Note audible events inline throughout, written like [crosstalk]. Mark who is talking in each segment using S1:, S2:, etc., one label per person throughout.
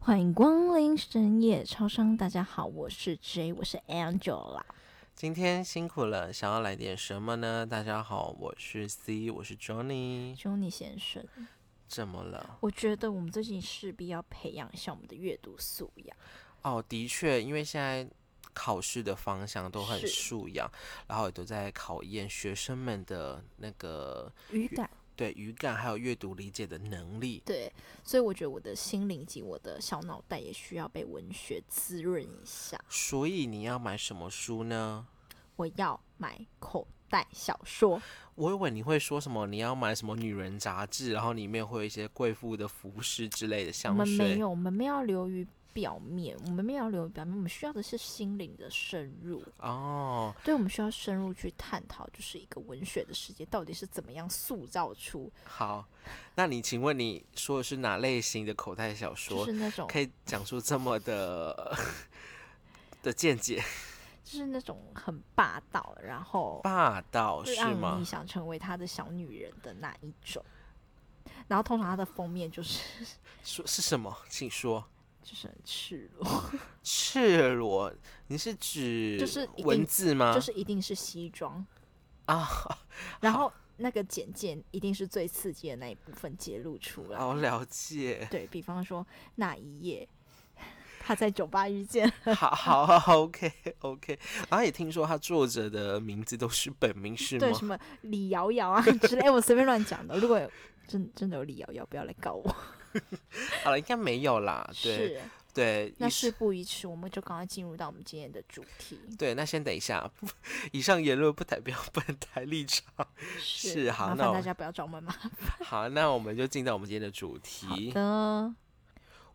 S1: 欢迎光临深夜超商，大家好，我是 J，我是 Angela。
S2: 今天辛苦了，想要来点什么呢？大家好，我是 C，我是 Johnny。
S1: Johnny 先生，
S2: 怎么了？
S1: 我觉得我们最近势必要培养一下我们的阅读素养。
S2: 哦，的确，因为现在考试的方向都很
S1: 是
S2: 素养，然后也都在考验学生们的那个
S1: 语感
S2: 对语感还有阅读理解的能力。
S1: 对，所以我觉得我的心灵及我的小脑袋也需要被文学滋润一下。
S2: 所以你要买什么书呢？
S1: 我要买口袋小说，
S2: 我以为你会说什么，你要买什么女人杂志，然后里面会有一些贵妇的服饰之类的
S1: 我
S2: 香
S1: 们没
S2: 水。
S1: 有，我们没有流于表面，我们没有流于表面，我们需要的是心灵的深入。
S2: 哦，
S1: 对，我们需要深入去探讨，就是一个文学的世界到底是怎么样塑造出，
S2: 好，那你请问你说的是哪类型的口袋小说？
S1: 就是那种，
S2: 可以讲出这么的的见解，
S1: 就是那种很霸道，然后
S2: 霸道
S1: 会
S2: 是
S1: 让你
S2: 吗？
S1: 想成为他的小女人的那一种。然后通常它的封面就是
S2: 说是什么？请说。
S1: 就是很赤裸，
S2: 赤裸，你是指
S1: 就是一定
S2: 文字吗？
S1: 就是一定是西装，
S2: 啊，
S1: 然后那个简介一定是最刺激的那一部分揭露出来。
S2: 好
S1: [laughs]
S2: 了解。
S1: 对比方说那一夜，他在酒吧遇见
S2: 好好好好，OK OK。然后也听说他作者的名字都是本名是
S1: 对
S2: 吗
S1: 什？么李瑶瑶啊之类，哎我随便乱讲的。如果有真真的有李瑶瑶，不要来告我。
S2: 好了，应该没有啦。啊对
S1: 是，
S2: 对，
S1: 那
S2: 以
S1: 事不宜迟，我们就赶快进入到我们今天的主
S2: [laughs]
S1: 题。
S2: 对，那先等一下，以上言论不代表本台立场。
S1: 是
S2: 是好
S1: 麻
S2: 那
S1: 烦
S2: 我
S1: 大
S2: 们
S1: 家不要找我们麻烦。
S2: [laughs] 好，那我们就进到我们今天的主
S1: 好
S2: 题。
S1: 的，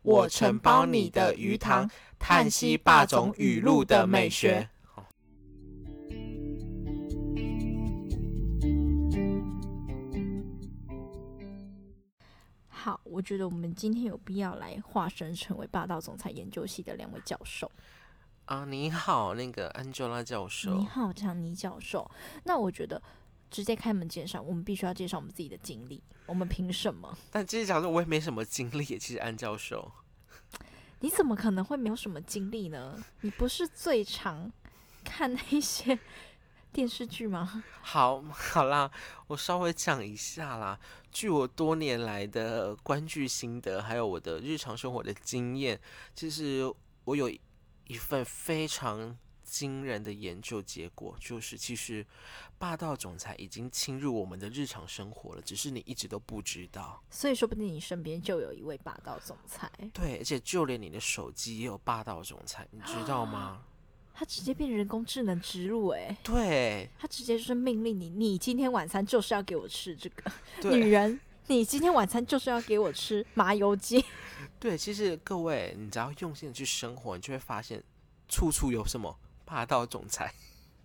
S2: 我承包你的鱼塘，叹息霸总语录的美学。
S1: 好，我觉得我们今天有必要来化身成为霸道总裁研究系的两位教授。
S2: 啊，你好，那个 Angela 教授
S1: 你，好，强尼教授。那我觉得直接开门见山，我们必须要介绍我们自己的经历。我们凭什么？
S2: 但其实讲说我也没什么经历，其实安教授，
S1: 你怎么可能会没有什么经历呢？你不是最常看那些电视剧吗？
S2: 好 [laughs] 好啦，我稍微讲一下啦。据我多年来的观剧心得，还有我的日常生活的经验，其实我有一份非常惊人的研究结果，就是其实霸道总裁已经侵入我们的日常生活了，只是你一直都不知道。
S1: 所以说不定你身边就有一位霸道总裁，
S2: 对，而且就连你的手机也有霸道总裁，你知道吗？
S1: 他直接变人工智能植入、欸诶，
S2: 对
S1: 他直接就是命令你，你今天晚餐就是要给我吃这个女
S2: 对
S1: 人。你今天晚餐就是要给我吃麻油鸡，
S2: 对，其实各位，你只要用心的去生活，你就会发现处处有什么霸道总裁。 [laughs]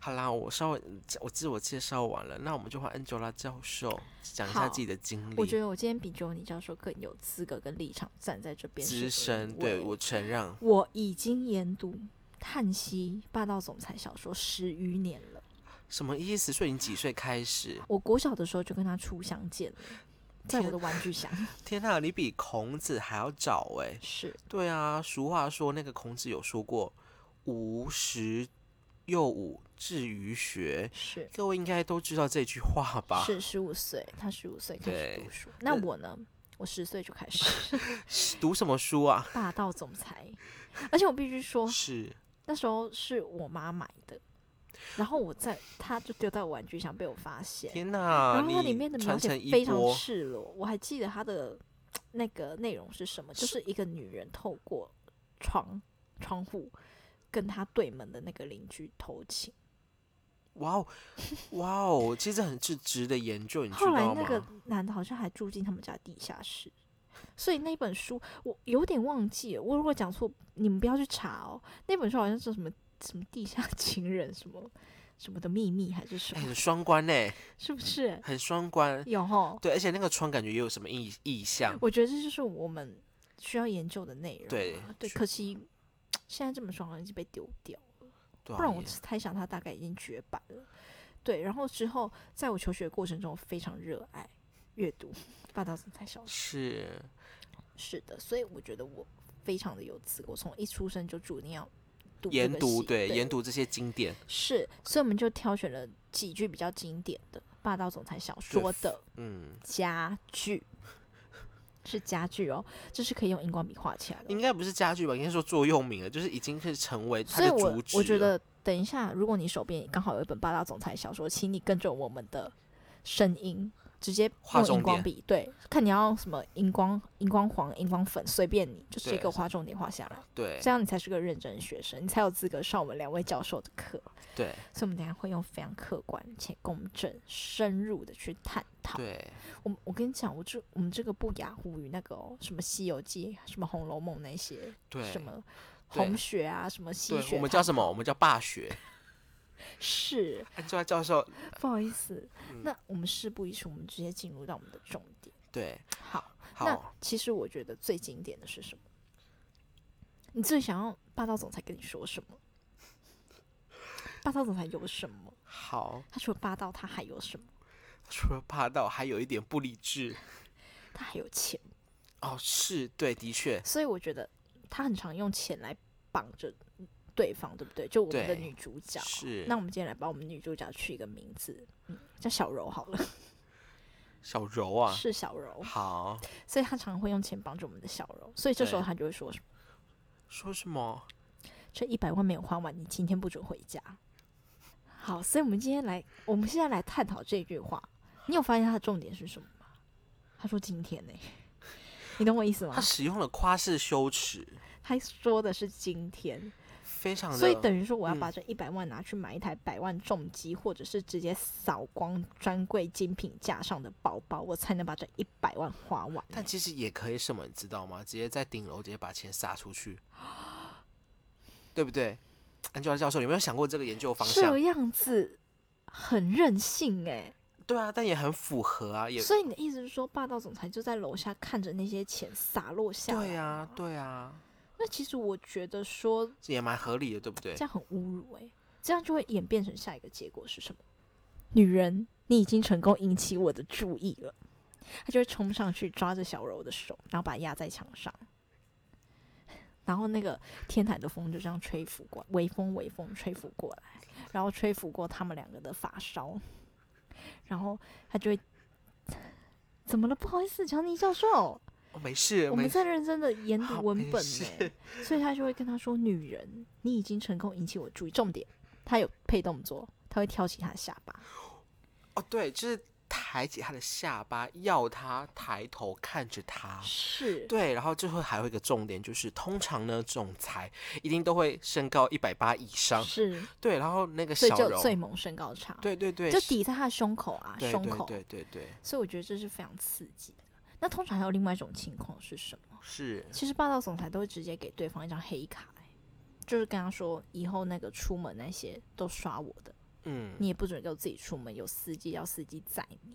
S2: 好啦，我稍微我自我介绍完了，那我们就换 Angela 教授讲一下
S1: 好
S2: 自己的经历。
S1: 我觉得我今天比 Johnny 教授更有资格跟立场站在这边。是
S2: 资深，
S1: 因
S2: 对
S1: 为
S2: 我承认，
S1: 我已经研读《叹息霸道总裁》小说十余年了。
S2: 什么意思？所以你几岁开始？
S1: 我国小的时候就跟他初相见了，在我
S2: 天
S1: 的玩具箱
S2: 天呐，你比孔子还要早哎、 [laughs]
S1: 是
S2: 对啊，俗话说那个孔子有说过“无识又武，志于学
S1: 是”，
S2: 各位应该都知道这句话吧？
S1: 是十五岁，他十五岁开始
S2: 对
S1: 读书。那
S2: 那
S1: 我呢？我十岁就开
S2: [laughs]
S1: 始
S2: 读什么书啊？
S1: 霸道总裁，而且我必须说，
S2: 是
S1: 那时候是我妈买的，然后我在他就丢在我玩具箱被我发现，
S2: 天哪！
S1: 然后它里面的
S2: 你
S1: 描
S2: 传
S1: 写
S2: 承
S1: 非
S2: 衣
S1: 常
S2: 钵，
S1: 赤裸，我还记得它的那个内容是什么，就是一个女人透过窗窗户跟她对门的那个邻居偷情。
S2: 哇哦，哇哦，其实很是值得研究，你知
S1: 后来
S2: 道
S1: 那个
S2: 吗？
S1: 男的好像还住进他们家地下室，所以那本书我有点忘记了，我如果讲错，你们不要去查哦。那本书好像是什么什么地下 [laughs] 情人什么什么的秘密还是什
S2: 哎
S1: 么，
S2: 很双关呢、
S1: 是
S2: 嗯
S1: 不
S2: [laughs]
S1: 是？
S2: 很双关。
S1: 有吼，
S2: 对，而且那个窗感觉也有什么意意象？
S1: 我觉得这就是我们需要研究的内容啊。
S2: 对
S1: 对，
S2: 是
S1: 可惜现在这本书好像已经被丢掉，
S2: 对啊
S1: 不然我
S2: 也
S1: 猜想它大概已经绝版了。对，然后之后在我求学过程中，我非常热爱阅读霸道总裁小说。
S2: 是
S1: 是的，所以我觉得我非常的有资格，我从一出生就注定要读这
S2: 研
S1: 个
S2: 读
S1: 系
S2: 对
S1: 对
S2: 研读这些经典，
S1: 是，所以我们就挑选了几句比较经典的霸道总裁小说的
S2: 嗯，
S1: 佳句，是佳句哦，这是可以用荧光笔画起来的哦。
S2: 应该不是家具吧，应该说座右铭了，就是已经是成为它
S1: 所以
S2: 的
S1: 我
S2: 主旨哦
S1: 我觉
S2: 了
S1: 得，等一下，如果你手边刚好有一本霸道总裁小说，请你跟着我们的声音，直接
S2: 画
S1: 用
S2: 重
S1: 荧光
S2: 点
S1: 笔，对，看你要什么荧光、荧光黄、荧光粉，随便你，就是
S2: 对
S1: 给我画重点画下来，
S2: 对
S1: 这样你才是个认真学生，你才有资格上我们两位教授的课。
S2: 对
S1: 所以，我们等一下会用非常客观且公正、深入的去探讨。
S2: 对，
S1: 我我跟你讲，我这我们这个不雅虎语那个、哦、什么《西游记》、什么《红楼梦》那些，
S2: 对
S1: 什么
S2: 对
S1: 红学啊，什么西
S2: 对，
S1: 学，
S2: 我们叫什么？我？们叫霸学。
S1: 是
S2: 安教教授，
S1: 不好意思，
S2: 嗯
S1: 那我们事不宜迟，我们直接进入到我们的重点。
S2: 对，
S1: 好，那
S2: 好，
S1: 其实我觉得最经典的是什么？你最想要霸道总裁跟你说什么？霸道总裁有什么？
S2: 好，
S1: 他除了霸道，他还有什么？
S2: 除了霸道，还有一点不理智。
S1: 他还有钱，
S2: 哦，是对，的确，
S1: 所以我觉得他很常用钱来绑着对方，对不对？就我们的
S2: 对
S1: 女主角。
S2: 是
S1: 那我们今天来帮我们女主角取一个名字，嗯，叫小柔好了，
S2: 小柔啊，
S1: 是小柔。
S2: 好，
S1: 所以他常会用钱帮助我们的小柔，所以这时候
S2: 对
S1: 他就会说什么：“
S2: 说什么？
S1: 这一百万没有还完，你今天不准回家。”好，所以我们今天来，我们现在来探讨这句话。你有发现它的重点是什么吗？他说：“今天呢、 [laughs] 你懂我意思吗
S2: 他？使用了夸饰修辞，
S1: 他说的是今天，
S2: 非常的，
S1: 所以等于说我要
S2: 嗯
S1: 把这一百万拿去买一台百万重机，或者是直接扫光专柜精品架上的包包，我才能把这一百万花完欸、
S2: 但其实也可以什么，你知道吗？直接在顶楼直接把钱撒
S1: [gasps]
S2: 出去，对不对？安教教授，你有没有想过这个研究方向
S1: 这？样子很任性哎、
S2: 对啊，但也很符合啊，也
S1: 所以你的意思是说，霸道总裁就在楼下看着那些钱洒落下来？
S2: 对啊，。对啊，
S1: 那其实我觉得说
S2: 这也蛮合理的，对不对
S1: 这？样很侮辱哎、这样就会演变成下一个结果是什么？女人，你已经成功引起我的注意了。他就会冲上去抓着小柔的手，然后把她压在墙上，然后那个天台的风就这样吹拂过，微风微风吹拂过来，然后吹拂过他们两个的发梢，然后他就会。怎么了？不好意思，强尼教授，
S2: 哦，没事，
S1: 我们
S2: 没
S1: 在认真的研
S2: 好
S1: 读文
S2: 没
S1: 本欸
S2: 事
S1: 呢、所以他就会跟他说：“女人，你已经成功引起我注意。”重点，他有配动作，他会挑起他的下巴。
S2: [laughs] 哦，对，就是抬起他的下巴，要他抬头看着他。
S1: 是，
S2: 对，然后最后还有一个重点就是，通常呢，总裁一定都会身高一百八以上。
S1: 是，
S2: 对，然后那个
S1: 所以
S2: 小
S1: 就
S2: 柔
S1: 有，最萌身高差，
S2: 对对对，
S1: 就是抵在他的胸口啊，
S2: 对
S1: 胸
S2: 对
S1: 口。
S2: 对对对，
S1: 所以我觉得这是非常刺激的。那通常还有另外一种情况是什么？
S2: 是
S1: 其实霸道总裁都会直接给对方一张黑卡、欸就是跟他说以后那个出门那些都刷我的，
S2: 嗯
S1: 你也不准给我自己出门，有司机要司机载你。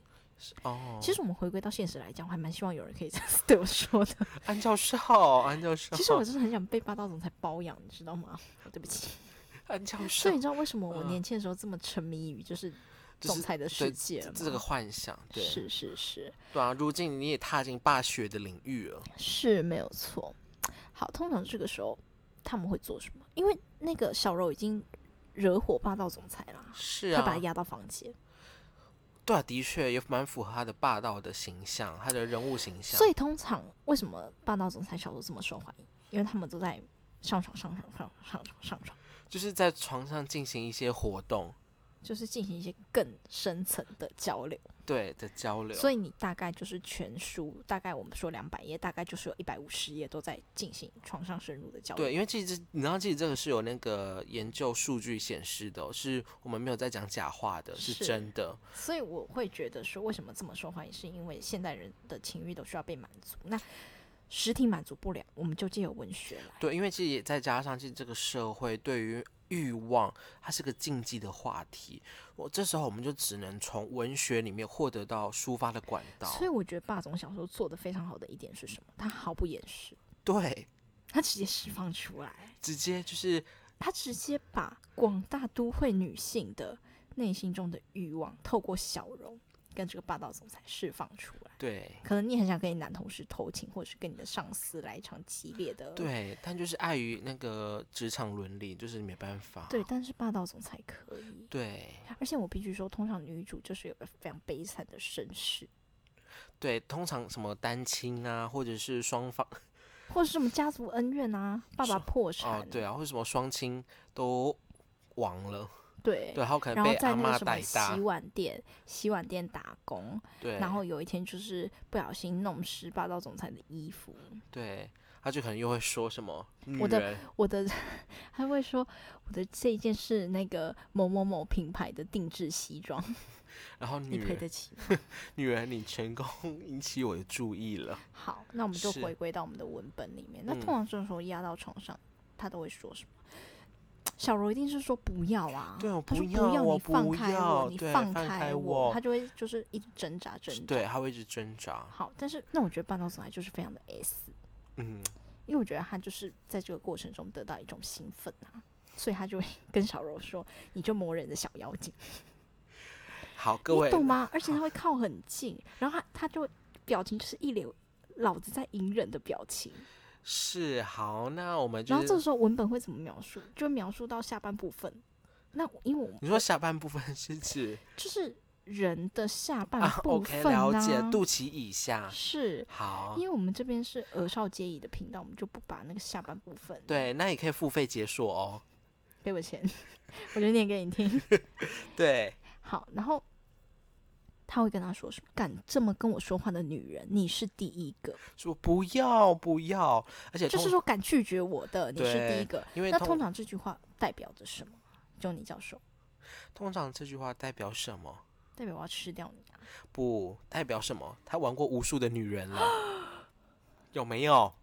S2: 哦。
S1: 其实我们回归到现实来讲，我还蛮希望有人可以这样子对我说的。
S2: 安教授，安教授，
S1: 其实我真的很想被霸道总裁包养，你知道吗？哦对不起。
S2: 安教
S1: 所
S2: 授
S1: 以你知道为什么我
S2: 啊嗯
S1: 年轻的时候这么沉迷于就是
S2: 就
S1: 总
S2: 是
S1: 裁的世
S2: 对
S1: 界了吗？
S2: 这个幻想，对
S1: 是是是
S2: 对啊，如今你也踏进霸学的领域了，
S1: 是没有错。好，通常这个时候他们会做什么？因为那个小柔已经惹火霸道总裁啦，
S2: 是
S1: 他把
S2: 啊
S1: 他，压到房间，
S2: 对啊，的确也蛮符合他的霸道的形象，他的人物形象
S1: 所，以通常为什么霸道总裁小说这么受欢迎？因为他们都在上床上床上床上床上床，
S2: 就是在床上进行一些活动，
S1: 就是进行一些更深层的交流。
S2: 对哦的交流，
S1: 所
S2: 以
S1: 以你大概就是全书，大概我们说两百页，大概就是有一百五十页都在进行床上深入的交流。
S2: 对，，因为其实你知道，其实这个是有那个研究数据显示的哦、是我们没有在讲假话的，是
S1: 是
S2: 真的，
S1: 所以我会觉得说，为什么这么受欢迎，是因为现代人的情欲都需要被满足，那实体满足不了，我们就借由文学来。
S2: 对，因为其实也再加上，其实这个社会对于欲望，它是个禁忌的话题。我这时候我们就只能从文学里面获得到抒发的管道。
S1: 所以我觉得霸总小说做的非常好的一点是什么？他毫不掩饰，
S2: 对，
S1: 他直接释放出来，
S2: 直接就是
S1: 他直接把广大都会女性的内心中的欲望，透过小柔跟这个霸道总裁释放出来。
S2: 对
S1: 可能你很想跟你男同事偷情，或者是跟你的上司来一场激烈的
S2: 对，但就是碍于那个职场伦理，就是没办法。
S1: 对，但是霸道总裁可以。
S2: 对
S1: 而且我必须说，通常女主就是有个非常悲惨的身世，
S2: 对，通常什么单亲啊，或者是双方
S1: 或者是什么家族恩怨啊，爸爸
S2: 是
S1: 破产、
S2: 哦，对啊，或者什么双亲都亡了，
S1: 对
S2: 对，还有可能
S1: 然后
S2: 被
S1: 在
S2: 阿
S1: 那
S2: 妈
S1: 个什么
S2: 带大
S1: 洗，碗店、洗碗店打工，
S2: 对，
S1: 然后有一天就是不小心弄湿霸道总裁的衣服，
S2: 对，他就可能又会说什么女
S1: 的
S2: 人，
S1: 我的 [laughs] 还会说我的这一件是那个某某某品牌的定制西装，
S2: 然后
S1: 你
S2: 女
S1: 赔
S2: 人
S1: 得起吗？
S2: 女人，你成功引起我的注意了，
S1: 好，那我们就是回归到我们的文本里面。那
S2: 嗯
S1: 通常这种时候压到床上，他都会说什么？小柔一定是说不要啊，
S2: 对我
S1: 他说
S2: 不
S1: 要，
S2: 要我
S1: 你放
S2: 不
S1: 开
S2: 要
S1: 你
S2: 对
S1: 放
S2: 放开
S1: 我，
S2: 我
S1: 他就会就是一直挣扎挣扎。
S2: 对，他会一直挣扎，
S1: 好，但是那我觉得半岛总裁就是非常的 S，
S2: 嗯，
S1: 因为我觉得他就是在这个过程中得到一种兴奋啊，所以他就会跟小柔说：“你就磨人的小妖精，
S2: 好，各
S1: 你
S2: 位，
S1: 懂
S2: [laughs]
S1: 吗？”而且他会靠很近，然后他他就表情就是一脸老子在隐忍的表情。
S2: 是好，那我们
S1: 然
S2: 就
S1: 后这
S2: 是
S1: 时候文本会怎么描述？就会描述到下半部分。那我因为我
S2: 你说下半部分是指
S1: 就是人的下半
S2: 啊
S1: 部
S2: ，OK，
S1: 分
S2: 了解，啊
S1: 啊
S2: 肚脐以下，
S1: 是
S2: 好
S1: 因，为我们这边是额少皆宜的频道，我们就不把那个下半部分
S2: 对，那也可以付费解锁哦，
S1: 给我钱， [laughs] 我就念给你听。 [laughs]
S2: 对，
S1: 好，然后他会跟他说什么？敢这么跟我说话的女人，你是第一个，
S2: 说不要不要，而且
S1: 就是
S2: 通
S1: 说敢拒绝我的，你是第一
S2: 对
S1: 个。
S2: 因为
S1: 那通常这句话代表着什么？就你教授，
S2: 通常这句话代表什么？
S1: 代表我要吃掉你啊！
S2: 不代表什么？他玩过无数的女人了，
S1: [gasps]
S2: 有没有？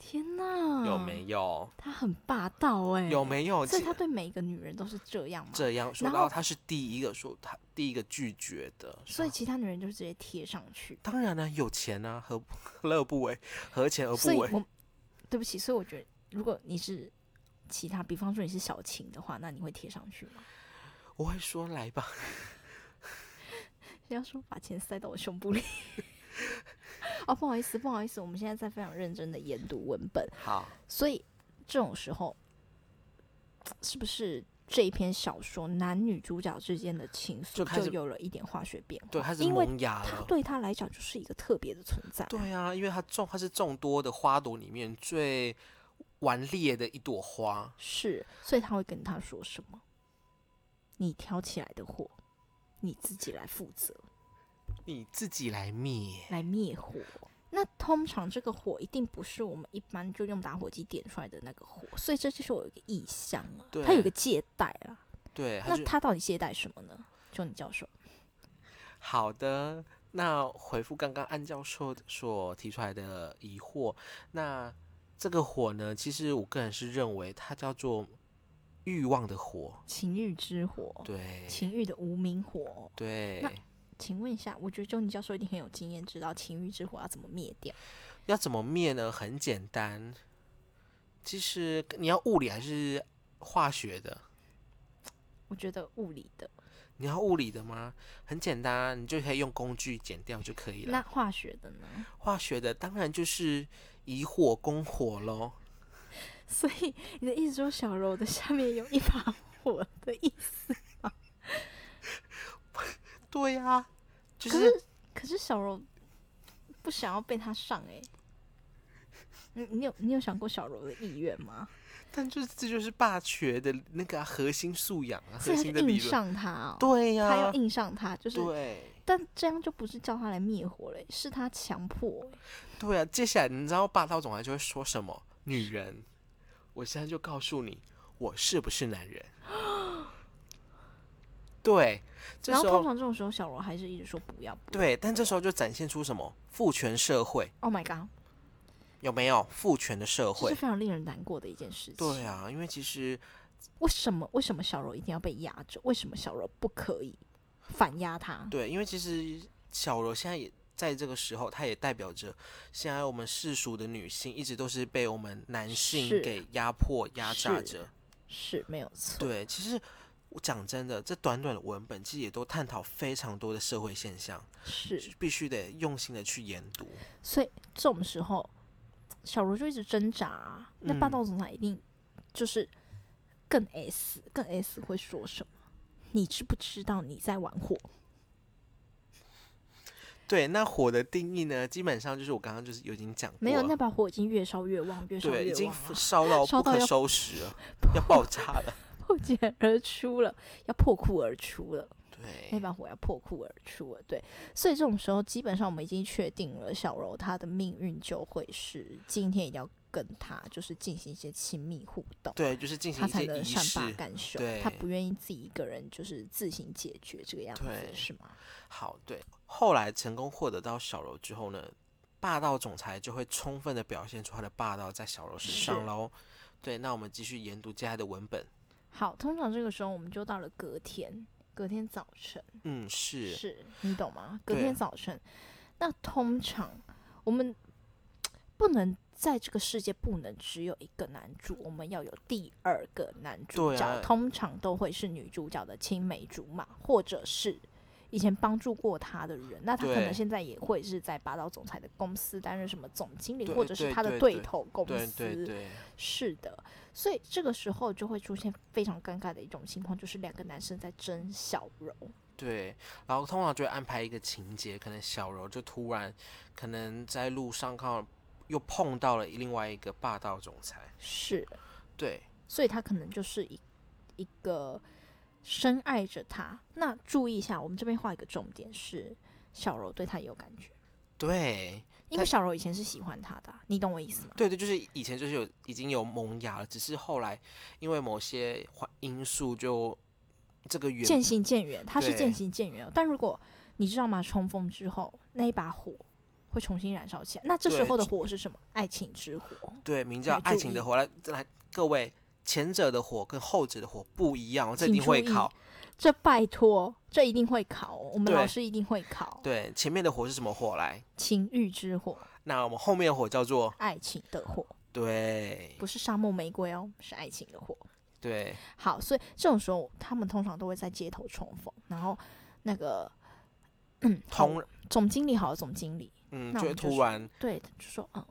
S1: 天哪，
S2: 有没有？
S1: 他很霸道哎、
S2: 有没有？
S1: 嗯所以他对每一个女人都是这样嘛？
S2: 这样说，
S1: 然
S2: 然后
S1: 后
S2: 他是第一个说他第一个拒绝的，
S1: 所以
S2: 说
S1: 其他女人就直接贴上去。
S2: 当然呢，有钱啊，何不 [laughs] 乐而不为，何钱而不
S1: 所以
S2: 为？
S1: 我对不起，所以我觉得如果你是其他，比方说你是小晴的话，那你会贴上去吗？
S2: 我会说来吧，
S1: 人家说把钱塞到我胸
S2: [laughs]
S1: 部里。哦，不好意思，不好意思，我们现在在非常认真的研读文本，
S2: 好，
S1: 所以这种时候，是不是这一篇小说男女主角之间的情愫
S2: 就开
S1: 就
S2: 始
S1: 有了一点化学变化？
S2: 对，他是
S1: 因为
S2: 萌芽
S1: 他
S2: 了。
S1: 对他来讲就是一个特别的存在。
S2: 对啊，因为它众它是众多的花朵里面最顽劣的一朵花。
S1: 是，所以他会跟他说什么？你挑起来的火，你自己来负责，
S2: 你自己来灭，
S1: 来灭火。那通常这个火一定不是我们一般就用打火机点出来的那个火，所以这就是我有一个意向啊，它有一
S2: 对
S1: 个借贷啊。
S2: 对，它
S1: 那
S2: 就
S1: 他到底借贷什么呢？就你教授，
S2: 好的，那回复刚刚安教授所提出来的疑惑，那这个火呢，其实我个人是认为它叫做欲望的火，
S1: 情欲之火，
S2: 对
S1: 情欲的无名火。
S2: 对
S1: 那，请问一下，我觉得就你教授一定很有经验，知道情欲之火要怎么灭掉。
S2: 要怎么灭呢？很简单，其实你要物理还是化学的？
S1: 我觉得物理的，
S2: 你要物理的吗？很简单，你就可以用工具剪掉就可以
S1: 那
S2: 了。
S1: 化学的呢？
S2: 化学的当然就是以火攻火喽。
S1: 所以你的意思说，小柔的下面有一把火的意思？
S2: 对呀、
S1: 啊可
S2: 就是
S1: 是可是小柔不想要被他上哎、你你有你有想过小柔的意愿吗？
S2: 但就是这就是霸权的那个啊、核心素养啊，
S1: 所
S2: [laughs] 核
S1: 以他
S2: 心
S1: 就
S2: 的
S1: 硬
S2: 理论。
S1: 上他哦，
S2: 对呀、
S1: 他要硬上他，就是
S2: 对
S1: 但这样就不是叫他来灭火嘞、是他强迫欸、
S2: 对啊。接下来你知道霸道总裁就会说什么？女人，我现在就告诉你，我是不是男人？ [gasps] 对，这
S1: 然后
S2: 时
S1: 通
S2: 候
S1: 常这种时候，小柔还是一直说不要。不要
S2: 对，但这时候就展现出什么父权社会
S1: Oh my god，
S2: 有没有父权的社
S1: 这
S2: 会
S1: 是？非常令人难过的一件事情。
S2: 对，啊，因为其实
S1: 为什么为什么小柔一定要被压着？为什么小柔不可以反压他？
S2: 对，因为其实小柔现在也在这个时候，她也代表着现在我们世俗的女性一直都是被我们男性
S1: 是
S2: 给压迫、压榨
S1: 是
S2: 着。
S1: 是没有错。
S2: 对，其实我讲真的，这短短的文本其实也都探讨非常多的社会现象，
S1: 是，
S2: 必须得用心的去研读。
S1: 所以这种时候，小罗就一直挣扎啊、那霸
S2: 嗯
S1: 道总裁一定就是更 S，更 S 会说什么？你知不知道你在玩火？
S2: 对，那火的定义呢，基本上就是我刚刚就是有已经讲过了，
S1: 没有，那把火已经越烧越旺，越烧
S2: 对，
S1: 越
S2: 已经
S1: 旺啊、
S2: 烧到
S1: 烧
S2: 不
S1: 到
S2: 可
S1: 要
S2: 收
S1: [laughs]
S2: 拾了，要爆炸了。
S1: 破茧而出了，要破库而出了。那
S2: 对，
S1: 把火要破库而出了，对，所以这种时候基本上我们已经确定了小柔她的命运就会是今天一定要跟她就是进行一些亲密互动，
S2: 对，就是进行
S1: 她
S2: 一
S1: 才
S2: 些
S1: 能
S2: 仪
S1: 善罢
S2: 式。
S1: 甘休，她
S2: 对
S1: 不愿意自己一个人就是自行解决这个样子
S2: 对，
S1: 是吗？
S2: 好，对。后来成功获得到小柔之后呢，霸道总裁就会充分的表现出他的霸道在小柔身
S1: 是
S2: 上喽。对，那我们继续研读接下来的文本。
S1: 好，通常这个时候我们就到了隔天，隔天早晨，
S2: 嗯，是
S1: 是你懂吗？隔
S2: 对
S1: 天早晨，那通常我们不能在这个世界不能只有一个男主，我们要有第二个男主
S2: 对
S1: 角，
S2: 啊
S1: 通常都会是女主角的青梅竹马，或者是。以前帮助过他的人，那他可能
S2: 对
S1: 现在也会是在霸道总裁的公司担任什么总经理，
S2: 对
S1: 或者是
S2: 对
S1: 他的
S2: 对
S1: 对
S2: 对
S1: 头公司。
S2: 对对对，
S1: 是的，所以这个时候就会出现非常尴尬的一种情况，就是两个男生在争小柔。
S2: 对，然后通常就会安排一个情节，可能小柔就突然可能在路上看到又碰到了另外一个霸道总裁，
S1: 是，
S2: 对
S1: 所以他可能就是一一个深爱着他。那注意一下，我们这边画一个重点是小柔对他也有感觉，
S2: 对
S1: 因为
S2: 但
S1: 小柔以前是喜欢他的啊、你懂我意思吗？
S2: 对对，就是以前就是有已经有萌芽了，只是后来因为某些环因素就这个
S1: 渐
S2: 缘
S1: 行渐远，他是渐
S2: 对
S1: 行渐远哦。但如果你知道吗？重逢之后，那一把火会重新燃烧起来。那这时
S2: 对
S1: 候的火是什么？爱情之火。
S2: 对名叫
S1: 来
S2: 《爱
S1: 注
S2: 情
S1: 意
S2: 的火》来来各位。前者的火跟后者的火不一样哦，这一
S1: 请
S2: 定会
S1: 注意
S2: 考。
S1: 这拜托，这一定会考哦，我们
S2: 对
S1: 老师一定会考。
S2: 对，前面的火是什么火来？
S1: 情欲之火，
S2: 那我们后面的火叫做
S1: 爱情的火，
S2: 对
S1: 不是沙漠玫瑰哦，是爱情的火。
S2: 对
S1: 好，所以这种时候，他们通常都会在街头重逢，然后那个嗯好
S2: 通
S1: 总经理，好，总经理，
S2: 嗯，
S1: 那
S2: 就
S1: 我
S2: 会
S1: 们就
S2: 突
S1: 说
S2: 然
S1: 对，就说，嗯，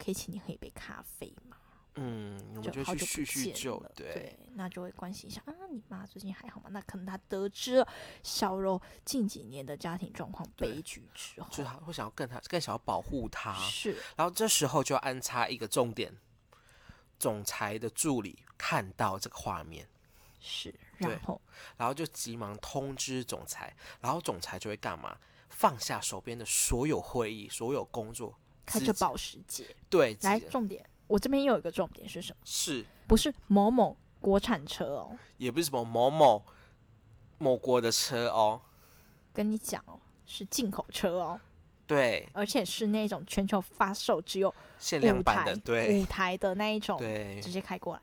S1: 可以请你喝一杯咖啡吗？
S2: 嗯，我们
S1: 就
S2: 就
S1: 好久
S2: 去叙
S1: 不
S2: 叙
S1: 见
S2: 旧
S1: 了，，
S2: 对，
S1: 那就会关心一下啊，你妈最近还好吗？那可能他得知了小柔近几年的家庭状况
S2: 对
S1: 悲剧之后，
S2: 就是啊他会想要更他更想要保护他，
S1: 是
S2: 然后这时候就要安插一个重点，总裁的助理看到这个画面，
S1: 是，
S2: 对
S1: 然后
S2: 然后就急忙通知总裁，然后总裁就会干嘛？放下手边的所有会议、所有工作，
S1: 开
S2: 直
S1: 着
S2: 接
S1: 保时捷，
S2: 对，直
S1: 来，
S2: 接
S1: 重点，我这边又有一个重点是什么？
S2: 是
S1: 不是某某国产车哦，
S2: 也不是什么某某某国的车哦，
S1: 跟你讲哦，是进口车哦，
S2: 对，
S1: 而且是那种全球发售只有
S2: 限量
S1: 五
S2: 版
S1: 台
S2: 的，对
S1: 五台的那一种，
S2: 对，
S1: 直接开过来。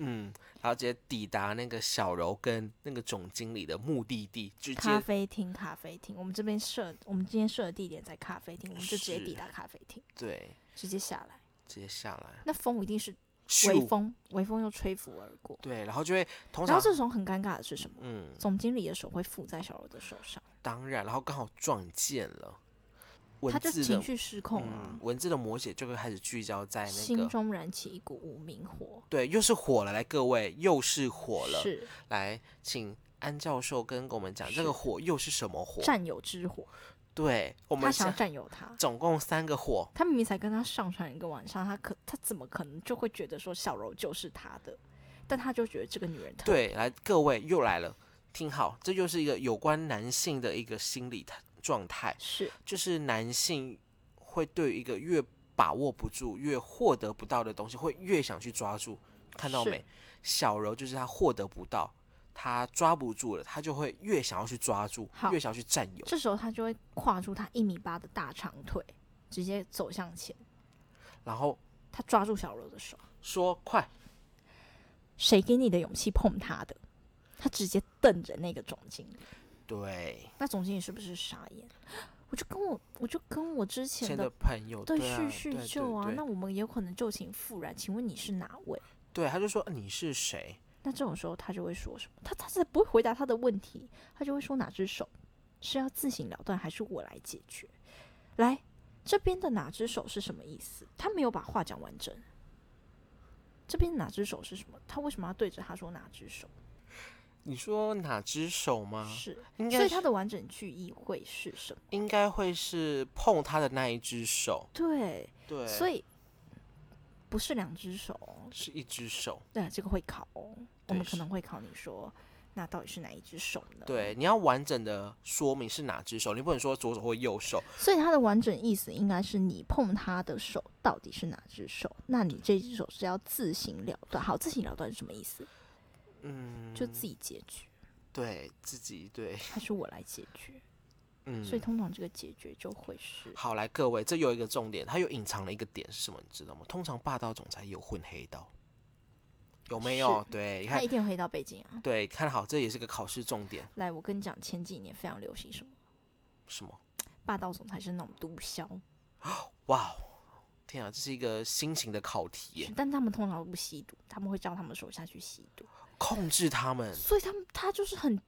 S2: 嗯，然后直接抵达那个小柔跟那个总经理的目的地，直
S1: 咖
S2: 接
S1: 啡厅，咖啡厅，我们这边设，我们今天设的地点在咖啡厅，我们就直接
S2: 是
S1: 抵达咖啡厅，
S2: 对，
S1: 直接下来。
S2: 直接下来，
S1: 那风一定是微
S2: 咻，
S1: 风，微风又吹拂而过。
S2: 对，然后就会通
S1: 然
S2: 常
S1: 后，这时候很尴尬的是什么？
S2: 嗯，
S1: 总经理的手会附在小柔的手上，
S2: 当然，然后刚好撞见了文
S1: 他就
S2: 字
S1: 情
S2: 的，
S1: 绪失控啊。
S2: 嗯，文字的摹写就会开始聚焦在那
S1: 心
S2: 个，
S1: 中燃起一股无名火。
S2: 对，又是火了，来各位，又是火了，
S1: 是
S2: 来，请安教授跟我们讲这个
S1: 是
S2: 火又是什么火？
S1: 占有之火，
S2: 对，我
S1: 他
S2: 们
S1: 想要
S2: 想
S1: 占有他。
S2: 总共三个火，
S1: 他明明才跟他上床一个晚上，他可他怎么可能就会觉得说小柔就是他的？但他就觉得这个女人特
S2: 对，来各位又来了，听好，这就是一个有关男性的一个心理态状态，
S1: 是
S2: 就是男性会对于一个越把握不住、越获得不到的东西，会越想去抓住。看到
S1: 是
S2: 没？小柔就是他获得不到，他抓不住了，他就会越想要去抓住，
S1: 好
S2: 越想要去占有，
S1: 这时候他就会跨出他一米八的大长腿，直接走向前，
S2: 然后
S1: 他抓住小柔的手，
S2: 说快，
S1: 谁给你的勇气碰他的？他直接瞪着那个总经理，
S2: 对，
S1: 那总经理是不是傻
S2: [laughs]
S1: 眼？我就跟我我就跟我之前
S2: 前
S1: 的
S2: 的朋友，
S1: 对
S2: 对啊
S1: 叙叙旧啊，
S2: 对对
S1: 那
S2: 对
S1: 我们有可能旧情复燃。请问你是哪位？
S2: 对，他就说你是谁？
S1: 那这种时候他就会说什么？他他是不会回答他的问题，他就会说哪只手是要自行了断，还是我来解决？来，这边的哪只手是什么意思？他没有把话讲完整。这边哪只手是什么？他为什么要对着他说哪只手？
S2: 你说哪只手吗？
S1: 是，
S2: 啊应
S1: 所
S2: 该
S1: 以
S2: 是
S1: 他的完整句意会是什么？
S2: 应该会是碰他的那一只手，
S1: 对，
S2: 对，
S1: 所
S2: 以
S1: 以不是两只手哦，
S2: 是一只手。
S1: 对，这个会考哦。我
S2: 对
S1: 们可
S2: 是
S1: 能会考你说，那到底是哪一只手呢？，
S2: 对，你要完整的说明是哪只手，你不能说左手或右手。
S1: 所以它的完整意思应该是你碰他的手到底是哪只手？那你这只手是要自行了断。好，自行了断是什么意思？
S2: 嗯，
S1: 就自己解决，
S2: 对自己对，
S1: 还是我来解决？
S2: 嗯，
S1: 所以通常这个解决就会是
S2: 好，来各位，这有一个重点，它又隐藏了一个点是什么？你知道吗？通常霸道总裁也有混黑道，有没有？对，你
S1: 他
S2: 看
S1: 一，定回到北京啊。
S2: 对，看好，这也是个考试重点。
S1: 来，我跟你讲，前几年非常流行什么
S2: 什么？
S1: 霸道总裁是那种毒枭，
S2: 哇哦，天啊，这是一个新型的考题耶！
S1: 但他们通常都不吸毒，他们会叫他们手下去吸毒。
S2: 控制他们，
S1: 所以他们他就是很，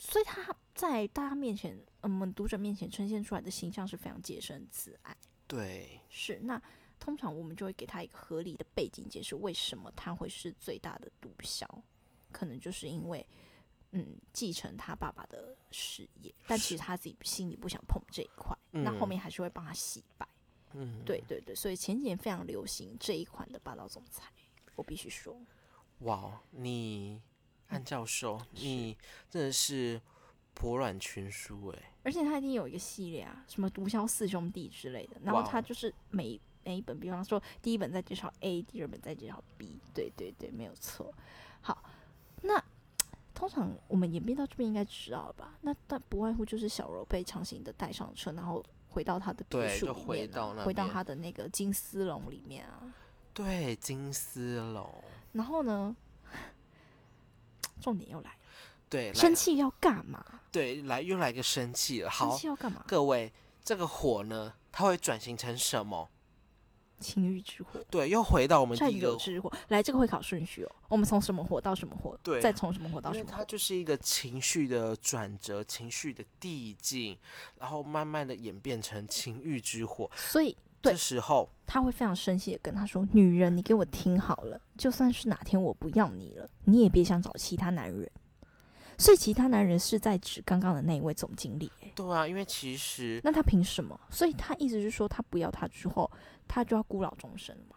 S1: 所以他在大家面前，嗯我们读者面前呈现出来的形象是非常洁身自爱。
S2: 对，
S1: 是那通常我们就会给他一个合理的背景解释，为什么他会是最大的毒枭，可能就是因为。嗯，继承他爸爸的事业，但其实他自己心里不想碰这一块，那后
S2: 嗯
S1: 面还是会帮他洗白。
S2: 嗯，
S1: 对对对，所以前几年非常流行这一款的霸道总裁，我必须说，
S2: 哇哦，你安教授，你真的是博览群书哎，
S1: 而且他一定有一个系列啊，什么毒枭四兄弟之类的。然后
S2: 哇哦
S1: 他就是每每一本，比方说第一本在介绍 A，第二本在介绍 B，对对对，没有错。好，那通常我们演变到这边应该知道了吧？那但不外乎就是小柔被强行的带上车，然后回到他的别
S2: 对
S1: 墅
S2: 就
S1: 里
S2: 回
S1: 面、
S2: 到
S1: 啊，
S2: 那
S1: 回到
S2: 边
S1: 他的那个金丝笼里面啊。
S2: 对，金丝龙，
S1: 然后呢，重点又来了，
S2: 对，来
S1: 生，气要干嘛？
S2: 对，来又来个生气了，
S1: 生
S2: 好
S1: 气，要干嘛？
S2: 各位，这个火呢，它会转型成什么？
S1: 情欲之火。
S2: 对，又回到我们第
S1: 占
S2: 一个
S1: 有，之火，来这个会考顺序哦。我们从什么火到什么火，
S2: 对
S1: 再从什么火到
S2: 因
S1: 什
S2: 为
S1: 么
S2: 它
S1: 火，
S2: 就是一个情绪的转折，情绪的递进，然后慢慢的演变成情欲之火。
S1: 所以对
S2: 这时候，
S1: 他会非常生气的跟他说：“女人，你给我听好了，就算是哪天我不要你了，你也别想找其他男人。”所以其他男人是在指刚刚的那一位总经理、欸，
S2: 对啊，因为其实
S1: 那他凭什么？所以他意思是说，他不要他之后，他就要孤老终生嘛，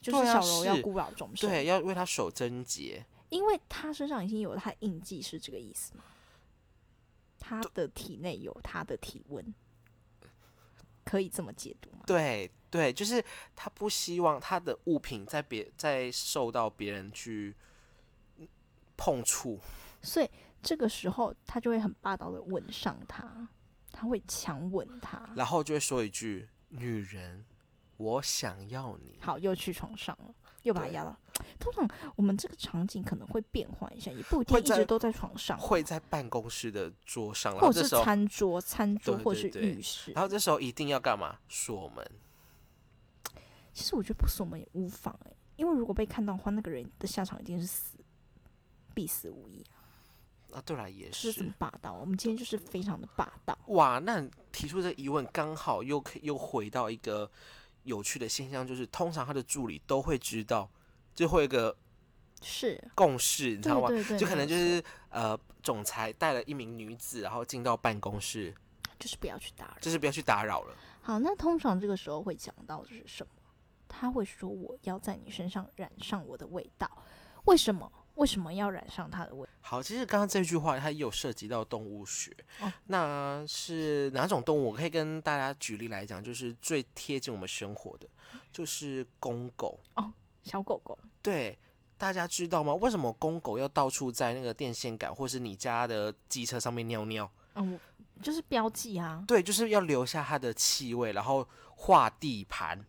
S1: 就是
S2: 对
S1: 小
S2: 啊
S1: 柔要
S2: 是
S1: 孤老终生，
S2: 对要为他守贞洁，
S1: 因为他身上已经有他的印记，是这个意思吗？他的体内有他的体温，可以这么解读吗？
S2: 对对，就是他不希望他的物品在别在受到别人去嗯碰触，
S1: 所以这个时候他就会很霸道的吻上他，他会强吻他。
S2: 然后就会说一句：“女人，我想要你。”
S1: 好，又去床上了，又把他
S2: 对
S1: 压到。通常我们这个场景可能会变换一下，也不一定
S2: 会
S1: 一
S2: 在
S1: 直都在床上，
S2: 会在办公室的桌上，然
S1: 或
S2: 后
S1: 者
S2: 这
S1: 是
S2: 时候，
S1: 餐桌、餐桌
S2: 对
S1: 或者
S2: 对
S1: 是
S2: 对
S1: 浴室。
S2: 然后这时候一定要干嘛？锁门。
S1: 其实我觉得不锁门也无妨哎、因为如果被看到的话，那个人的下场一定是死，必死无疑。
S2: 啊，对啦，也
S1: 是
S2: 是
S1: 怎么。霸道？我们今天就是非常的霸道。
S2: 哇，那你提出这疑问，刚好又可以又回到一个有趣的现象，就是通常他的助理都会知道，就会有一个
S1: 是，
S2: 共识，你知道
S1: 对
S2: 吗？
S1: 对对，
S2: 就可
S1: 没有
S2: 能就
S1: 错
S2: 是呃，总裁带了一名女子，然后进到办公室，
S1: 就是不要去打扰。
S2: 就是不要去打扰了。
S1: 好，那通常这个时候会讲到的是什么？他会说我要在你身上染上我的味道，为什么？为什么要染上他的味？
S2: 好，其实刚刚这句话它也有涉及到动物学，
S1: 哦
S2: 那是哪种动物？我可以跟大家举例来讲，就是最贴近我们生活的，就是公狗。
S1: 小狗狗
S2: 对，大家知道吗？为什么公狗要到处在那个电线杆或是你家的机车上面尿尿？
S1: 嗯，我就是标记啊，
S2: 对，就是要留下它的气味，然后画地盘，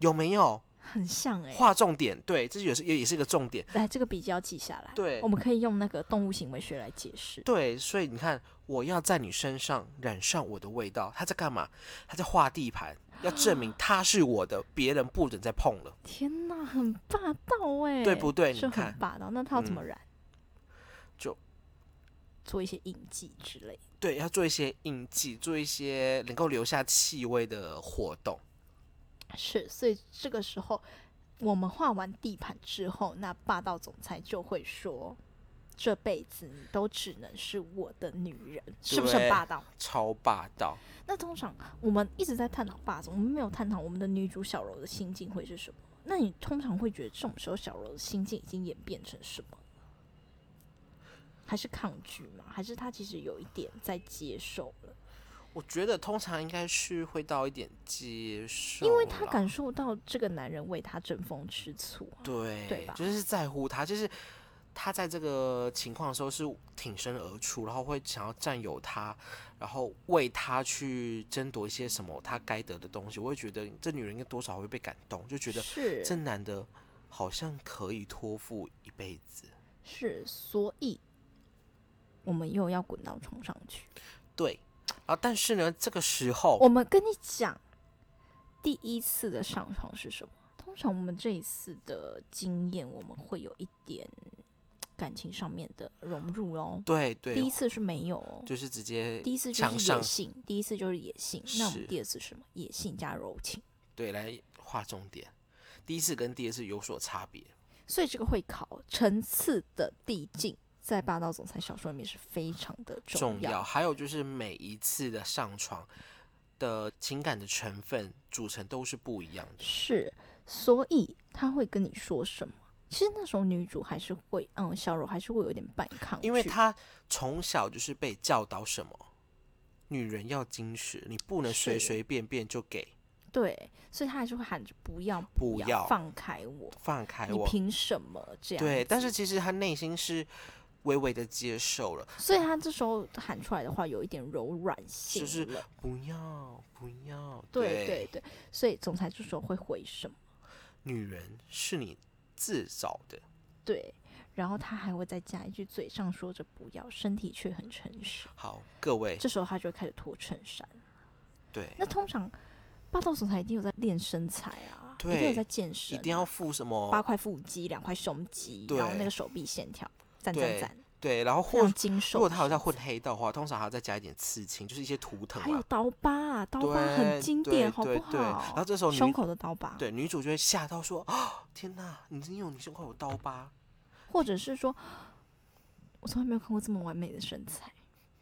S2: 有没有？
S1: 很像哎、
S2: 划重点，对，这也是也也是一个重点。
S1: 来，这个笔记要记下来。
S2: 对
S1: 我们可以用那个动物行为学来解释。
S2: 对，所以你看，我要在你身上染上我的味道，他在干嘛？他在画地盘，要证
S1: 啊
S2: 明他是我的，别人不准再碰了。
S1: 天哪，很霸道哎、
S2: 对不对你
S1: 是很
S2: 看
S1: 霸道。那他要怎么
S2: 嗯
S1: 染？
S2: 就
S1: 做一些印记之类的。
S2: 对，要做一些印记，做一些能够留下气味的活动。
S1: 是，所以这个时候我们画完地盘之后，那霸道总裁就会说：“这辈子你都只能是我的女人。”是不是很
S2: 对
S1: 霸道？
S2: 超霸道。
S1: 那通常我们一直在探讨霸总，我们没有探讨我们的女主小柔的心境会是什么。那你通常会觉得这种时候小柔的心境已经演变成什么？还是抗拒吗？还是她其实有一点在接受了？
S2: 我觉得通常应该是会到一点接受啦，
S1: 因为她感受到这个男人为她争风吃醋啊、
S2: 对
S1: 对吧
S2: 就是在乎他，就是他在这个情况的时候是挺身而出，然后会想要占有他，然后为他去争夺一些什么他该得的东西。我会觉得这女人应该多少会被感动，就觉得
S1: 是
S2: 这男的好像可以托付一辈子。
S1: 是，所以我们又要滚到床上去。
S2: 对，然后但是呢，这个时候
S1: 我们跟你讲，第一次的上床是什么？通常我们这一次的经验，我们会有一点感情上面的融入哦。
S2: 对
S1: 第一
S2: 对，
S1: 次是没有哦，
S2: 就是直接
S1: 第一次就
S2: 强
S1: 是野
S2: 上
S1: 性，第一次就是野性。那我们
S2: 是
S1: 第二次是什么？野性加柔情。
S2: 对来划重点。第一次跟第二次有所差别，
S1: 所以这个会考层次的递进，在霸道总裁小说里面是非常的
S2: 重
S1: 要
S2: 要。还有就是每一次的上床的情感的成分组成都是不一样的。
S1: 是，所以他会跟你说什么？其实那时候女主还是会，嗯，小柔还是会有点反抗拒，
S2: 因为她从小就是被教导什么，女人要矜持，你不能随
S1: 是
S2: 随便便就给
S1: 对，所以她还是会喊着不要
S2: 不
S1: 要
S2: 要
S1: 放开我，
S2: 放开
S1: 你
S2: 我。
S1: 凭什么这样？
S2: 对，但是，其实她内心是微微的接受了，
S1: 所以她这时候喊出来的话有一点柔软性了，
S2: 是不要不要。
S1: 对对对，所以总裁这时候会回什么？
S2: 女人是你自找的。
S1: 对，然后他还会再加一句，嘴上说着不要，身体却很诚实。
S2: 好，各位，
S1: 这时候他就会开始脱衬衫。
S2: 对，
S1: 那通常霸道总裁一定有在练身材啊，一定有
S2: 对
S1: 在健身
S2: 一
S1: 啊、
S2: 定要付什
S1: 八
S2: 么？
S1: 块腹肌，两块胸肌，然后那
S2: 对
S1: 个手臂线条，赞赞
S2: 对
S1: 赞，
S2: 对，然后
S1: 非
S2: 或
S1: 常精瘦。
S2: 如果他有在混，黑道的话，通常还要再加一点刺青，就是一些图腾
S1: 还有
S2: 啊。
S1: 刀疤啊，刀疤很
S2: 对
S1: 经
S2: 对
S1: 典，好
S2: 对
S1: 不
S2: 对然后
S1: 好？
S2: 这时候
S1: 胸
S2: 女
S1: 口的刀疤，
S2: 对女主就会吓到说：“啊，天哪，你你有你胸口有刀疤
S1: 或者是说，我从来没有看过这么完美的身材，？”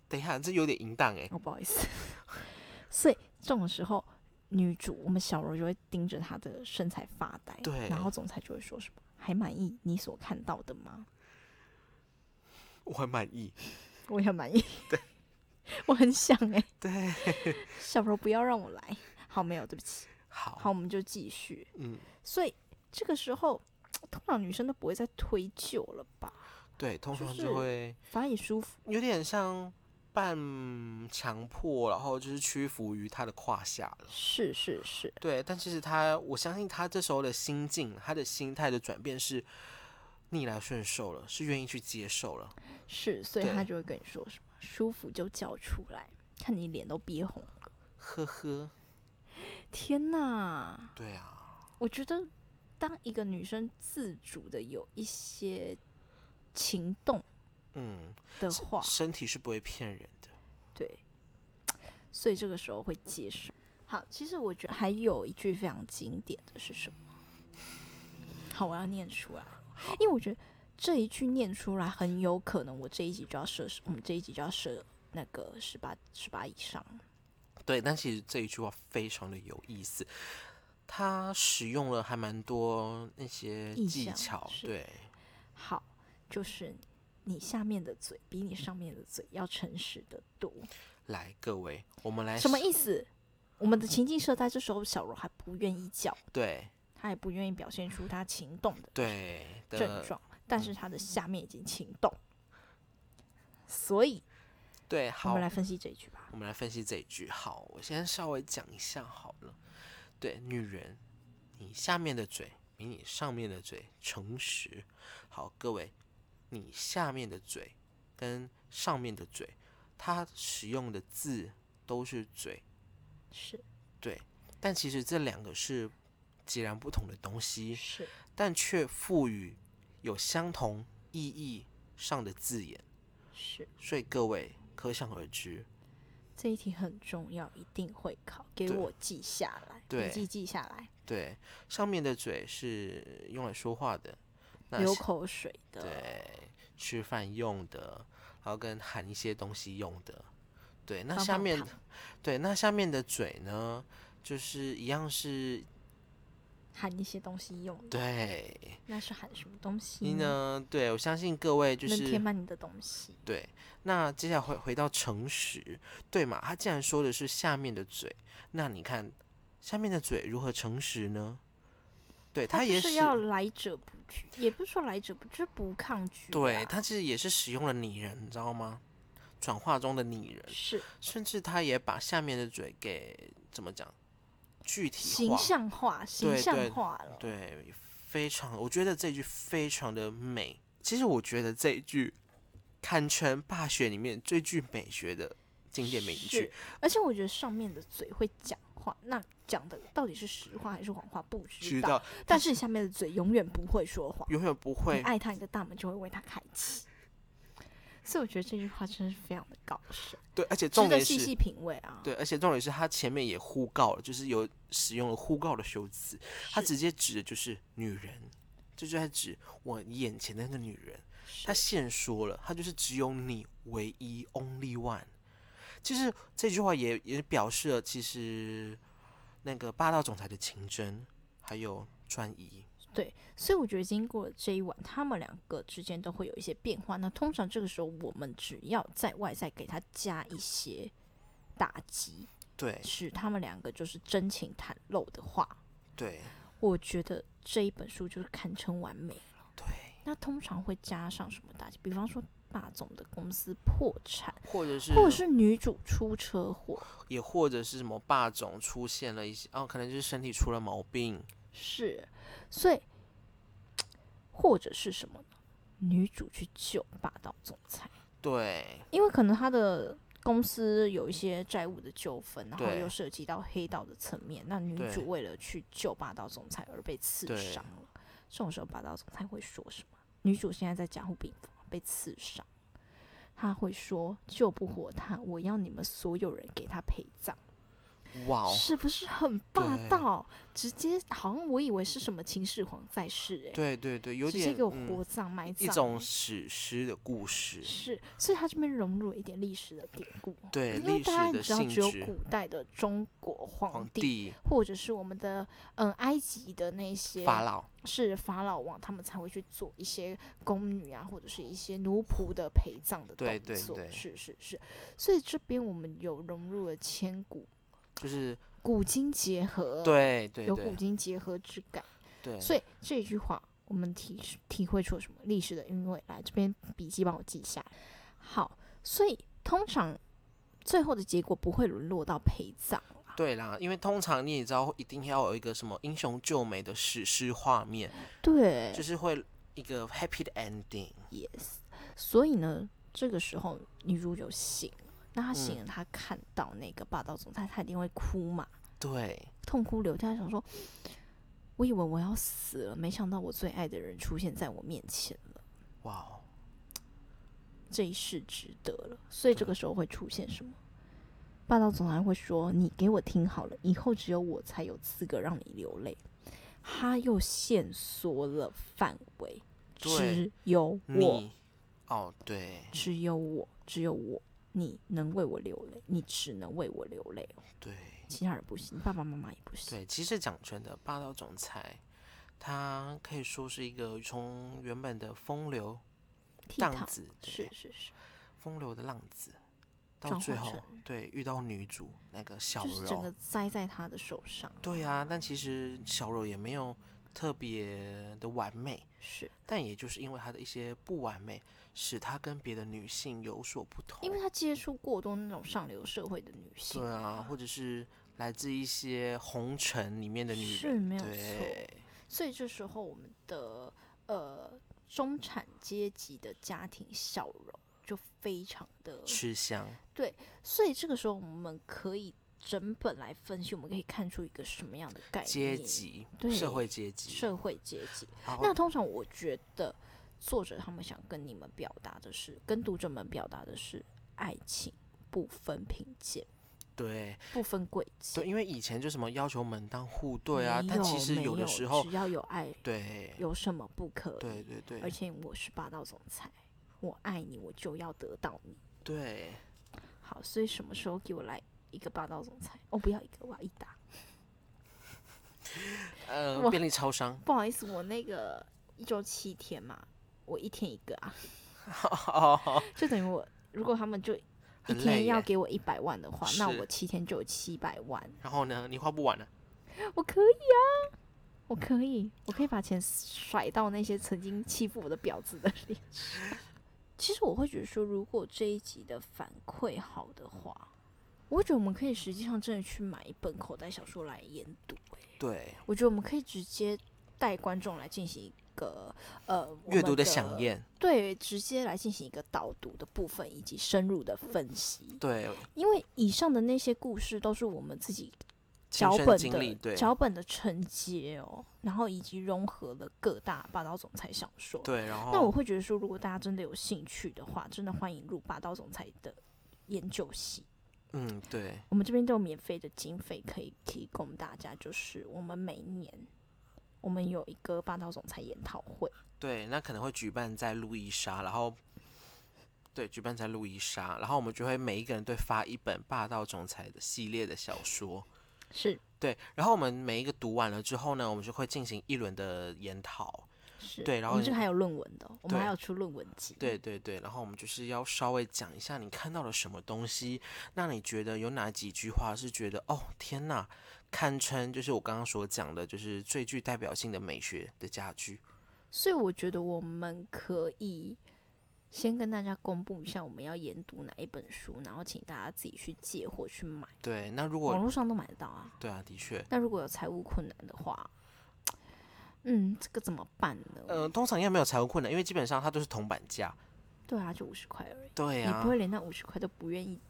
S2: 等一下，这有点淫荡哎。
S1: 哦，不好意思。 [laughs] 所以这种时候，女主我们小柔就会盯着她的身材发呆，
S2: 对
S1: 然后总裁就会说什么？还满意你所看到的吗？
S2: 我很满意。
S1: 我也满意。 [laughs] 我很想哎、
S2: 对，
S1: [laughs] 小柔不要让我来。好，没有，对不起。
S2: 好，
S1: 好，我们就继续。
S2: 嗯，
S1: 所以这个时候，通常女生都不会再推旧了吧？
S2: 对，通
S1: 就
S2: 常
S1: 是
S2: 就会
S1: 反而也舒服。
S2: 有点像半强迫，然后就是屈服于他的胯下了。
S1: 是是是，
S2: 对，但其实他，我相信他这时候的心境，他的心态的转变是逆来顺受了，是愿意去接受了。
S1: 是，所以
S2: 对
S1: 她就会跟你说什么舒服就叫出来，看你脸都憋红了。
S2: 呵呵，
S1: 天哪，
S2: 对啊，
S1: 我觉得当一个女生自主的有一些情动
S2: 嗯，
S1: 的话，
S2: 身体是不会骗人的。
S1: 对，所以这个时候会接受。好，其实我觉得还有一句非常经典的是什么？好，我要念出来，因为我觉得这一句念出来，很有可能我这一集就要设，我们这一集就要设那个十八十八以上。
S2: 对，但其实这一句话非常的有意思，他使用了还蛮多那些
S1: 意
S2: 技
S1: 象
S2: 巧，
S1: 是
S2: 对，
S1: 好，就是你下面的嘴比你上面的嘴要诚实的多。
S2: 来各位，我们来
S1: 什么
S2: 试
S1: 意思？我们的情境设在这时候，小柔还不愿意叫，
S2: 对
S1: 她也不愿意表现出她情动的
S2: 对
S1: 症
S2: 的，
S1: 状，但是它的下面已经情动，所以
S2: 对，
S1: 我
S2: 好
S1: 们，来分析这一句吧。
S2: 我们来分析这一句。好，我先稍微讲一下好了。对，女人，你下面的嘴比你上面的嘴诚实。好，各位，你下面的嘴跟上面的嘴，它使用的字都是嘴，
S1: 是
S2: 对，但其实这两个是截然不同的东西，
S1: 是
S2: 但却赋予有相同意义上的字眼。
S1: 是，
S2: 所以各位可想而知，
S1: 这一题很重要，一定会考，给
S2: 对
S1: 我记下来，笔
S2: 对
S1: 记记下来，
S2: 对，上面的嘴是用来说话的，那
S1: 流
S2: 下
S1: 口水的，
S2: 对，吃饭用的，然后跟含一些东西用的。对，那
S1: 棒
S2: 下
S1: 棒
S2: 面
S1: 糖
S2: 对那下面的嘴呢，就是一样是
S1: 含一些东西用的，
S2: 对。
S1: 那是含什么东西
S2: 你？
S1: 嗯
S2: 呢？对我相信各位就
S1: 能填
S2: 是
S1: 满你的东西，
S2: 对。那接下来回回到诚实，对嘛？他既然说的是下面的嘴，那你看下面的嘴如何诚实呢？对，
S1: 它
S2: 他
S1: 就
S2: 也
S1: 是
S2: 是
S1: 要来者不拒，也不是说来者不拒，就是不抗拒啊。
S2: 对，他其实也是使用了拟人，你知道吗？转化中的拟人，
S1: 是
S2: 甚至他也把下面的嘴给怎么讲具体
S1: 形
S2: 化，
S1: 象化，形
S2: 对
S1: 象
S2: 对
S1: 化了。
S2: 对，非常，我觉得这句非常的美。其实我觉得这一句堪称霸学里面最具美学的经典名句
S1: 是。而且我觉得上面的嘴会讲话，那讲的到底是实话还是谎话不知
S2: 知
S1: 道。
S2: 道，
S1: 但是你下面的嘴永远不会说谎，
S2: 永远不
S1: 你
S2: 会。
S1: 爱他，你的大门就会为他开启。所以我觉得这句话真是非常的高深，
S2: 对，而且
S1: 值
S2: 重
S1: 得
S2: 点
S1: 细
S2: 是，
S1: 细品味啊。
S2: 对，而且重点是他前面也互告了，就是有使用了互告的修辞，他
S1: 是
S2: 直接指的就是女人，这就在指我眼前的那个女人。
S1: 是
S2: 他现说了，他就是只有你唯一 only one。其实这句话也也表示了，其实那个霸道总裁的情真还有专一，
S1: 对，所以我觉得经过这一晚，他们两个之间都会有一些变化。那通常这个时候，我们只要在外再给他加一些打击，
S2: 对
S1: 使他们两个就是真情袒露的话，
S2: 对
S1: 我觉得这一本书就是堪称完美。
S2: 对，
S1: 那通常会加上什么打击？比方说霸总的公司破产，
S2: 或者是
S1: 或者是女主出车祸，
S2: 也或者是什么霸总出现了一些哦，可能就是身体出了毛病，
S1: 是，所以或者是什么呢？女主去救霸道总裁。
S2: 对
S1: 因为可能他的公司有一些债务的纠纷，然后
S2: 对
S1: 又涉及到黑道的层面，那女
S2: 对
S1: 主为了去救霸道总裁而被刺
S2: 对
S1: 伤了。这种时候，霸道总裁会说什么？女主现在在加护病房被刺伤，他会说救不活他，我要你们所有人给他陪葬，
S2: 哇哦，
S1: 是不是很霸
S2: 对
S1: 道？直接好像我以为是什么秦始皇在世、欸，
S2: 对对对，有
S1: 直接
S2: 点
S1: 给我
S2: 嗯
S1: 火葬埋葬，
S2: 一种史诗的故事，
S1: 是，所以他这边融入了一点历史的典故。
S2: 对
S1: 因为
S2: 历
S1: 大家
S2: 史的
S1: 你知道，
S2: 性
S1: 只有
S2: 质
S1: 古代的中国皇
S2: 皇
S1: 帝，
S2: 帝
S1: 或者是我们的嗯埃及的那些
S2: 法老，
S1: 是法老王，他们才会去做一些宫女啊，或者是一些奴仆的陪葬的动
S2: 对
S1: 作。
S2: 对对
S1: 是是是。所以这边我们有融入了千古
S2: 就是
S1: 古今结合，，
S2: 对对
S1: 呃有古
S2: 对
S1: 今结合之感。
S2: 对，
S1: 所以这句话我们体体会出了什么历史的韵味？来，这边笔记帮我记下。好，所以通常最后的结果不会沦落到陪葬啦，
S2: 对啦，因为通常你也知道，一定要有一个什么英雄救美的史诗画面，
S1: 对
S2: 就是会一个 happy 的 ending。
S1: ，yes。所以呢，这个时候女主角醒了，那她醒了，她看到那个霸道总裁，她一定会哭嘛，
S2: 对
S1: 痛哭流涕，她想说。我以为我要死了，没想到我最爱的人出现在我面前了，
S2: 哇哦，
S1: 这一世值得了。所以这
S2: 对
S1: 个时候会出现什么？霸道总裁会说：“你给我听好了，以后只有我才有资格让你流泪。”他又限缩了范围，
S2: 对
S1: 只有我，
S2: 你哦，对
S1: 只有我，只有我，你能为我流泪，你只能为我流泪，哦
S2: 对
S1: 其他人不行，爸爸妈妈也不行。
S2: 对，其实讲真的，霸道总裁他可以说是一个从原本的风流
S1: 替
S2: 浪
S1: 他
S2: 子，
S1: 是
S2: 对，
S1: 是是，
S2: 风流的浪子，到
S1: 转
S2: 最
S1: 化
S2: 后
S1: 成
S2: 对遇到女主那个小
S1: 就是整
S2: 柔
S1: 个，栽在他的手上。
S2: 对啊，但其实小柔也没有特别的完美。
S1: 是
S2: 但也就是因为他的一些不完美，使他跟别的女性有所不同。
S1: 因为他接触过多那种上流社会的女性
S2: 对，啊，或者是来自一些红尘里面的女
S1: 是
S2: 人，
S1: 没有
S2: 对，
S1: 所以这时候我们的呃中产阶级的家庭笑容就非常的，
S2: 吃香，
S1: 所以这个时候我们可以整本来分析，我们可以看出一个什么样的概念？
S2: 阶、级，
S1: 哎
S2: 哦
S1: 对
S2: 社会阶级。
S1: 社会阶级。
S2: 好，
S1: 那通常我觉得作者他们想跟你们表达的是，跟读者们表达的是，爱情不分贫贱，
S2: 对
S1: 不分贵
S2: 对，
S1: 贱。
S2: 因为以前就什么要求门当户对啊，
S1: 没
S2: 但其
S1: 有
S2: 实
S1: 没
S2: 有的时候
S1: 只，要有爱，
S2: 对
S1: 有什么不可以？
S2: 对对对
S1: 而且我是霸道总裁，我爱你，我就要得到你。
S2: 对，
S1: 好，所以什么时候给我来一个霸道总裁？哦，不要一个，我要一打。
S2: 呃，
S1: 我
S2: 便利超
S1: [laughs]
S2: 商，
S1: 不好意思，我那个一周七天嘛，我一天一个啊，就等于我如果他们就一
S2: 很累
S1: 天要
S2: 耶。
S1: 给我一百万的话，那
S2: 是
S1: 我七天就有七百万，
S2: 然后呢，你花不完呢、
S1: 我可以啊，我可以，我可以把钱甩到那些曾经欺负我的婊子的脸上。 [laughs] 其实我会觉得说，如果这一集的反馈好的话，我会觉得我们可以实际上真的去买一本口袋小说来研读、欸。
S2: 对，
S1: 我觉得我们可以直接带观众来进行一个呃我
S2: 阅读
S1: 们
S2: 的
S1: 的
S2: 响，宴，
S1: 对，直接来进行一个导读的部分以及深入的分析。
S2: 对，
S1: 因为以上的那些故事都是我们自己
S2: 亲
S1: 脚
S2: 身
S1: 本
S2: 经历，对
S1: 的，脚本的承接哦，然后以及融合了各大霸道总裁小说。
S2: 对，哦然后
S1: 那我会觉得说，如果大家真的有兴趣的话，真的欢迎入霸道总裁的研究系。
S2: 嗯，对，
S1: 我们这边都有免费的经费可以提供大家，就是我们每年我们有一个霸道总裁研讨会，
S2: 对，那可能会举办在路易莎，然后对，举办在路易莎，然后我们就会每一个人对发一本霸道总裁的系列的小说，
S1: 是
S2: 对，然后我们每一个读完了之后呢，我们就会进行一轮的研讨，
S1: 是，
S2: 对然后
S1: 我们这
S2: 你
S1: 个还有论文的哦，我们
S2: 对
S1: 还有出论文集，
S2: 对对对，然后我们就是要稍微讲一下你看到了什么东西，那你觉得有哪几句话是觉得哦天呐，堪称就是我刚刚所讲的，就是最具代表性的美学的佳句。
S1: 所以我觉得我们可以先跟大家公布一下我们要研读哪一本书，然后请大家自己去借或去买，
S2: 对，那如
S1: 网
S2: 果
S1: 络上都买得到啊。
S2: 对啊，的确，
S1: 那如果有财务困难的话，嗯，这个怎么办呢？
S2: 呃，通常应该没有财务困难，因为基本上它都是铜板价。
S1: 对啊，就五十块而已，
S2: 对
S1: 你
S2: 啊
S1: 不，会连那五十块都不愿意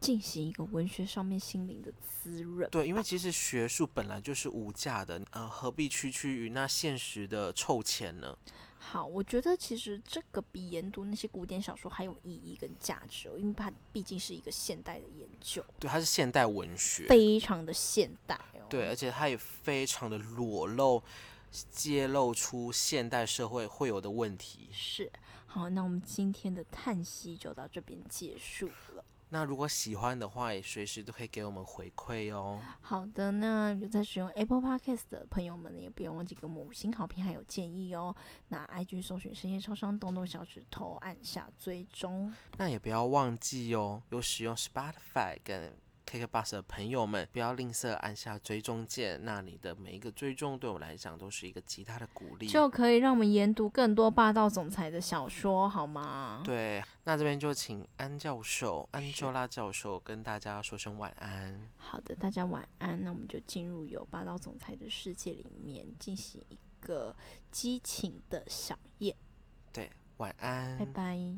S1: 进行一个文学上面心灵的滋润。
S2: 对，因为其实学术本来就是无价的，呃，何必区区于那现实的臭钱呢？
S1: 好，我觉得其实这个比研读那些古典小说还有意义跟价值哦，因为它毕竟是一个现代的研究。
S2: 对，它是现代文学，
S1: 非常的现代哦。
S2: 对，而且它也非常的裸露，揭露出现代社会会有的问题。
S1: 是。好，那我们今天的叹息就到这边结束了。
S2: 那如果喜欢的话，也随时都可以给我们回馈哦。
S1: 好的，那有在使用 Apple Podcast 的朋友们呢，也不要忘记给我们五星好评还有建议哦。那 IG 搜寻深夜超商，动动小指头，按下追踪。
S2: 那也不要忘记哦，有使用 Spotify 跟 KKBox 的朋友们，不要吝啬按下追踪键。那你的每一个追踪对我来讲都是一个极大的鼓励。
S1: 就可以让我们研读更多霸道总裁的小说，好吗？
S2: 对，那这边就请安教授、安吉拉教授跟大家说声晚安。
S1: 好的，大家晚安。那我们就进入有霸道总裁的世界里面，进行一个激情的飨宴。
S2: 对，晚安，
S1: 拜拜。